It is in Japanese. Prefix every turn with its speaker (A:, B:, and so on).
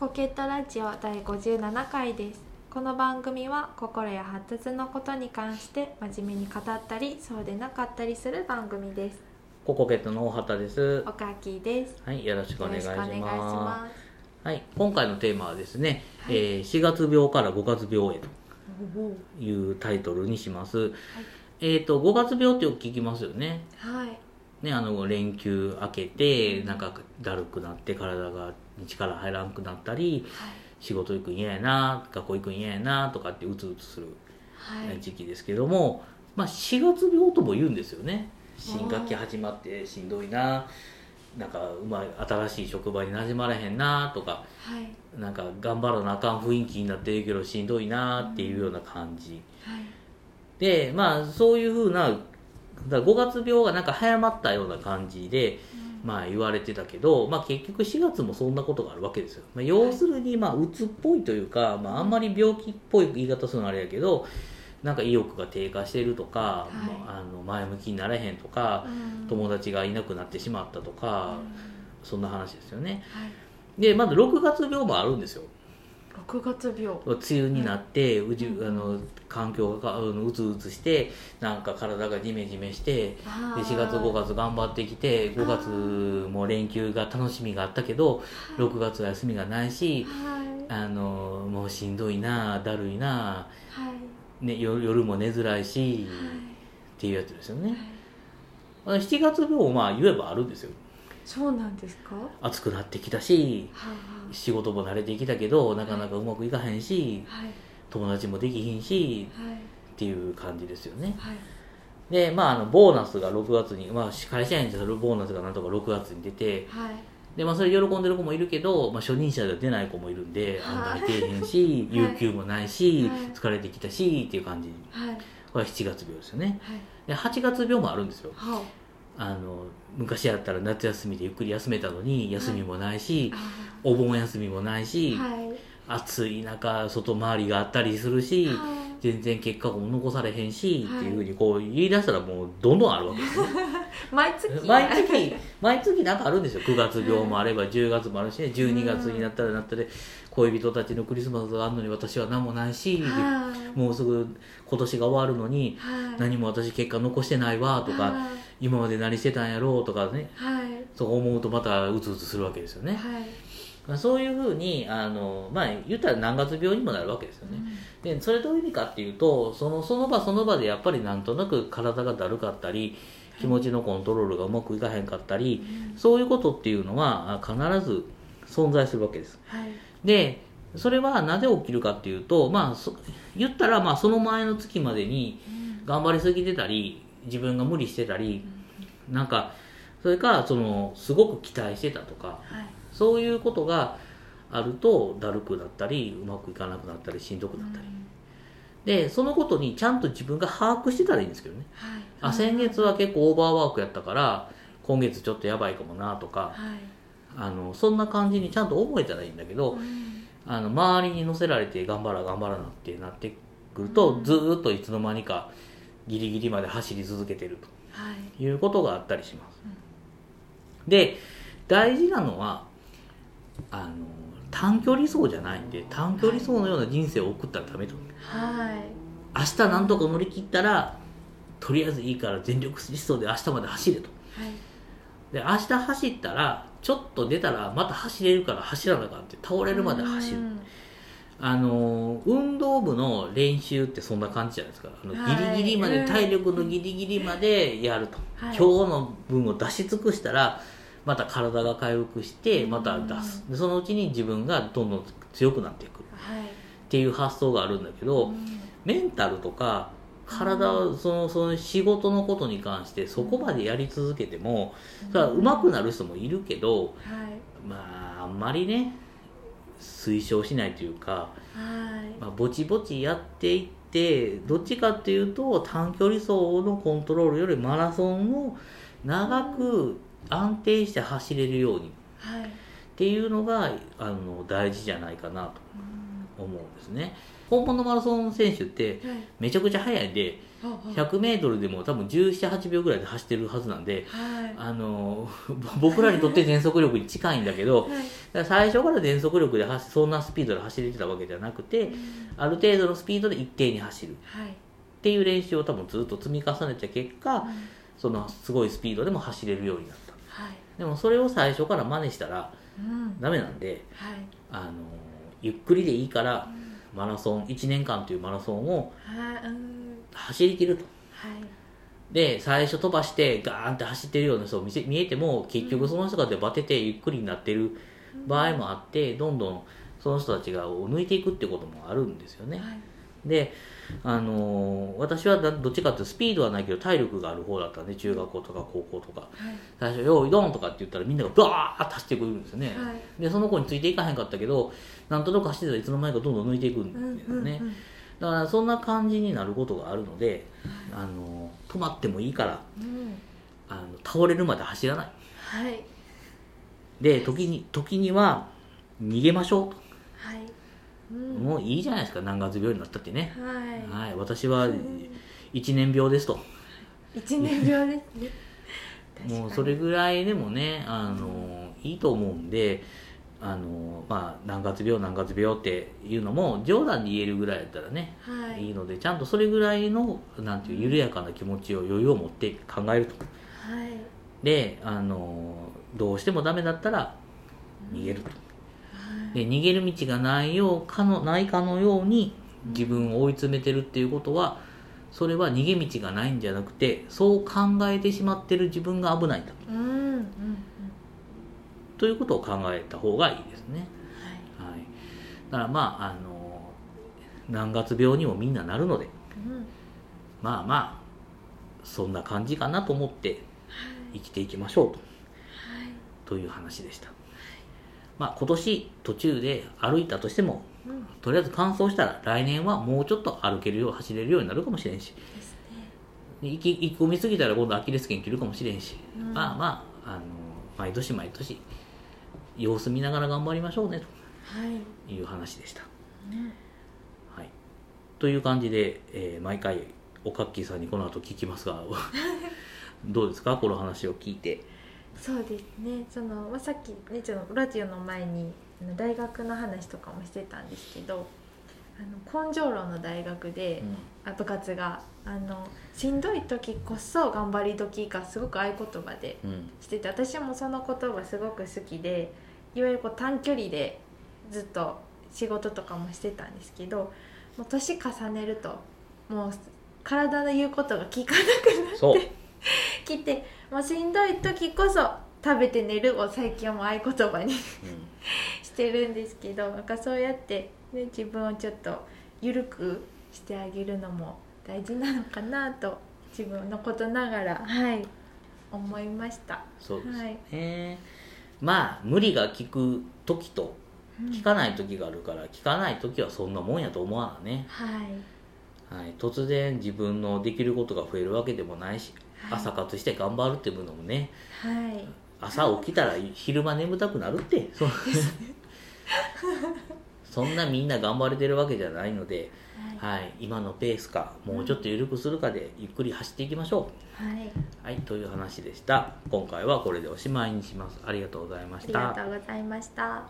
A: ポケットラジオ第57回ですこの番組は心や発達のことに関して真面目に語ったりそうでなかったりする番組です
B: ココケットの大畑です
A: お。かきです
B: はい、よろしくお願いし
A: よろ
B: ます。
A: しくお願いします
B: はい、今回のテーマはですね、
A: はい
B: えー4月病から5月病へと
A: おお
B: いうタイトルにします。えっ、と、5月病ってよく聞きますよね。
A: はい
B: ね、あの連休明けてなんかだるくなって体が力入らんくなったり仕事行くん嫌やな学校行くん嫌やなとかってうつうつする
A: はいはい
B: 時期ですけども、まあ、4月病とも言うんですよね新学期始まってしんどいななんかうまい新しい職場に馴染まれへんなとか
A: はい
B: なんか頑張らなあかん雰囲気になってるけどしんどいなっていうような感じ
A: はい
B: でまあそういうふうなだ5月病がなんか早まったような感じで、
A: うん
B: まあ、言われてたけど、まあ、結局4月もそんなことがあるわけですよ、まあ、要するにまあうつっぽいというか、まあ、あんまり病気っぽい言い方するのあれやけどなんか意欲が低下してるとか、
A: い
B: まああの前向きになれへんとか
A: うん
B: 友達がいなくなってしまったと
A: うん
B: か、そんな話ですよね
A: はい
B: でまだ6月病もあるんですよ
A: 六月病
B: 梅雨になって、うじゅ
A: うん
B: あの環境がかあのうつうつしてなんか体がジメジメしてで4月5
A: 月
B: 月頑張ってきて5月も連休が楽しみがあったけど6月は休みがないし
A: はい
B: あのもうしんどいなだるいな、
A: はい
B: ね、夜夜も寝づらいし、
A: は
B: っていうやつですよ
A: いはい
B: ねあの7月病もまあ言えばあるんですよ
A: そうなんですかは
B: 暑くなってきたし
A: いはい
B: 仕事も慣れてきたけどなかなかうまくいかへんし
A: はい
B: 友達もできひんし
A: はい
B: っていう感じですよね
A: はい
B: でまああのボーナスが6月に、まあ、会社員にするボーナスがなんとか6月に出て
A: はい
B: で、まあ、それ喜んでる子もいるけど、まあ、初任者では出ない子もいるんで
A: は
B: 案
A: い
B: 外出えへんし、
A: はい
B: 有給もないし、
A: はい
B: 疲れてきたしっていう感じ
A: はい
B: これは7月病ですよね
A: はい
B: で8月病もあるんですよ
A: は
B: あの昔やったら夏休みでゆっくり休めたのに休みもないし、
A: あ
B: お盆休みもないし、
A: はい
B: 暑い中外回りがあったりするし、
A: はい
B: 全然結果も残されへんし、
A: はい
B: っていうふうにこう言い出したらもうどんどんあるわけですよ
A: 毎月
B: 毎月毎月なんかあるんですよ9月病もあれば10月もあるしね12月になったらなったで恋人たちのクリスマスがあるのに私は何もないし
A: はい
B: もうすぐ今年が終わるのに
A: はい
B: 何も私結果残してないわとか
A: はい
B: 今まで何してたんやろうとかね
A: はい
B: そう思うとまたうつうつするわけですよね
A: はい
B: そういうふうにあのまあ言ったら何月病にもなるわけですよねでそれどういう意味かっていうとそのその場その場でやっぱりなんとなく体がだるかったり気持ちのコントロールがうまくいかへんかったりそういうことっていうのはあ必ず存在するわけです
A: はい
B: でそれはなぜ起きるかっていうとまあそ言ったらまあその前の月までに頑張りすぎてたり自分が無理してたりなんかそれかそのすごく期待してたとか
A: はい
B: そういうことがあるとだるくなったりうまくいかなくなったりしんどくなったりでそのことにちゃんと自分が把握してたらいいんですけどね
A: はい
B: あ先月は結構オーバーワークやったから今月ちょっとやばいかもなとか
A: はい
B: あのそんな感じにちゃんと思えたらいいんだけどあの周りに乗せられて頑張ら頑張らなってなってくると、
A: うん
B: ずーっといつの間にかギリギリまで走り続けてる
A: はい
B: ということがあったりします、
A: うん
B: で大事なのはあの短距離走じゃないんで短距離走のような人生を送ったらダメと
A: はい
B: 明日なんとか乗り切ったらとりあえずいいから全力疾走で明日まで走れと
A: はい
B: で明日走ったらちょっと出たらまた走れるから走らなあかんって倒れるまで走る、あのー運動部の練習ってそんな感じじゃないですかあの
A: はい
B: ギリギリまで、
A: うん
B: 体力のギリギリまでやると、
A: はい
B: 今日の分を出し尽くしたらまた体が回復してまた出す、でそのうちに自分がどんどん強くなっていくっ
A: はい
B: ていう発想があるんだけど、メンタルとか体をそのその仕事のことに関してそこまでやり続けてもそれは上手くなる人もいるけど
A: はい
B: まああんまりね推奨しないというか、
A: はい
B: まあ、ぼちぼちやっていってどっちかっていうと短距離走のコントロールよりマラソンを長く安定して走れるようにっ
A: はい
B: ていうのがあの大事じゃないかなと思うんですね本物のマラソン選手って
A: はい
B: めちゃくちゃ速いんで
A: ああ
B: 100m でも多分178秒ぐらいで走ってるはずなんで
A: はい
B: あの 僕らにとって全速力に近いんだけど
A: はい
B: だから最初から全速力で走そんなスピードで走れてたわけじゃなくてある程度のスピードで一定に走る
A: はい
B: っていう練習を多分ずっと積み重ねた結
A: う
B: 果
A: ん
B: そのすごいスピードでも走れるようになった
A: はい
B: でもそれを最初から真似したら
A: うん
B: ダメなんで
A: はい
B: あのゆっくりでいいから
A: うん
B: マラソン1年間というマラソンを
A: はいうん
B: 走り切ると
A: はい
B: で最初飛ばしてガーンって走ってるような人を見せ見えても結局その人が出バテてゆっくりになってる場合もあってどんどんその人たちが抜いていくってこともあるんですよね
A: はい
B: で、あのー私はだどっちかっていうとスピードはないけど体力がある方だったんで中学校とか高校とか
A: はい
B: 最初「よーいどん」とかって言ったらみんながバーッと走ってくるんですよね、
A: はい
B: でその子についていかへんかったけどなんとなく走ってたらいつの間にかどんどん抜いていくん
A: う
B: で
A: ん
B: す
A: う
B: よね、
A: んうん
B: だからそんな感じになることがあるので、あのー止まってもいいから
A: うん
B: あの倒れるまで走らない
A: はい
B: で時に時には逃げましょ
A: はいうん
B: う、もういいじゃないですか南月病になったってね、
A: は
B: はい、私は一年病ですと
A: い一年病ですね確かに
B: もうそれぐらいでもねあのいいと思うんであのまあ軟月病軟月病っていうのも冗談で言えるぐらいだったらね、、
A: はいい
B: いのでちゃんとそれぐらいのなんていう緩やかな気持ちを余裕を持って考えると
A: はい
B: であのどうしてもダメだったら逃げると
A: はい
B: で逃げる道がないようかのないかのように自分を追い詰めてるっていうことはそれは逃げ道がないんじゃなくてそう考えてしまってる自分が危ないんだ
A: うんうんうん
B: ということを考えた方がいいですね。
A: はい
B: はい、だからまああの軟月病にもみんななるので
A: うん
B: まあまあそんな感じかなと思って生きていきましょうと
A: はい
B: という話でした。まあ、今年途中で歩いたとしても
A: うん
B: とりあえず乾燥したら来年はもうちょっと歩けるよう走れるようになるかもしれんし
A: ですね
B: で行き行き込みすぎたら今度アキレス腱切るかもしれんし、
A: うん
B: まあまああの毎年毎年様子見ながら頑張りましょうね
A: はい
B: という話でした。
A: ね
B: はい、という感じで、えー毎回おかっきーさんにこの後聞きますが どうですかこの話を聞いて。
A: そうですねその、まあ、さっきねちょっとラジオの前にあの大学の話とかもしてたんですけどあの根性論の大学で、あ部活があのしんどい時こそ頑張り時がすごく合言葉で
B: うん
A: してて私もその言葉すごく好きでいわゆるこう短距離でずっと仕事とかもしてたんですけどもう年重ねるともう体の言うことが聞かなくなって
B: そう
A: きてもうしんどい時こそ食べて寝るを最近はもう合言葉にしてるんですけどなんかそうやって、ね、自分をちょっと緩くしてあげるのも大事なのかなと自分のことながらはい思いました。
B: そうですね、まあ無理が効く時と
A: うん
B: 効かない時があるから効かない時はそんなもんやと思わなね、
A: はい
B: はい、突然自分のできることが増えるわけでもないし
A: はい
B: 朝活して頑張るっていうのもね
A: はい
B: 朝起きたら昼間眠たくなるってそう そんなみんな頑張れてるわけじゃないので、
A: はい
B: はい、今のペースかもうちょっと緩くするかでゆっくり走っていきましょ
A: はい、
B: う、はい、という話でした今回はこれでおしまいにしますありがとうございま
A: あ
B: し
A: り
B: た
A: がとうございました。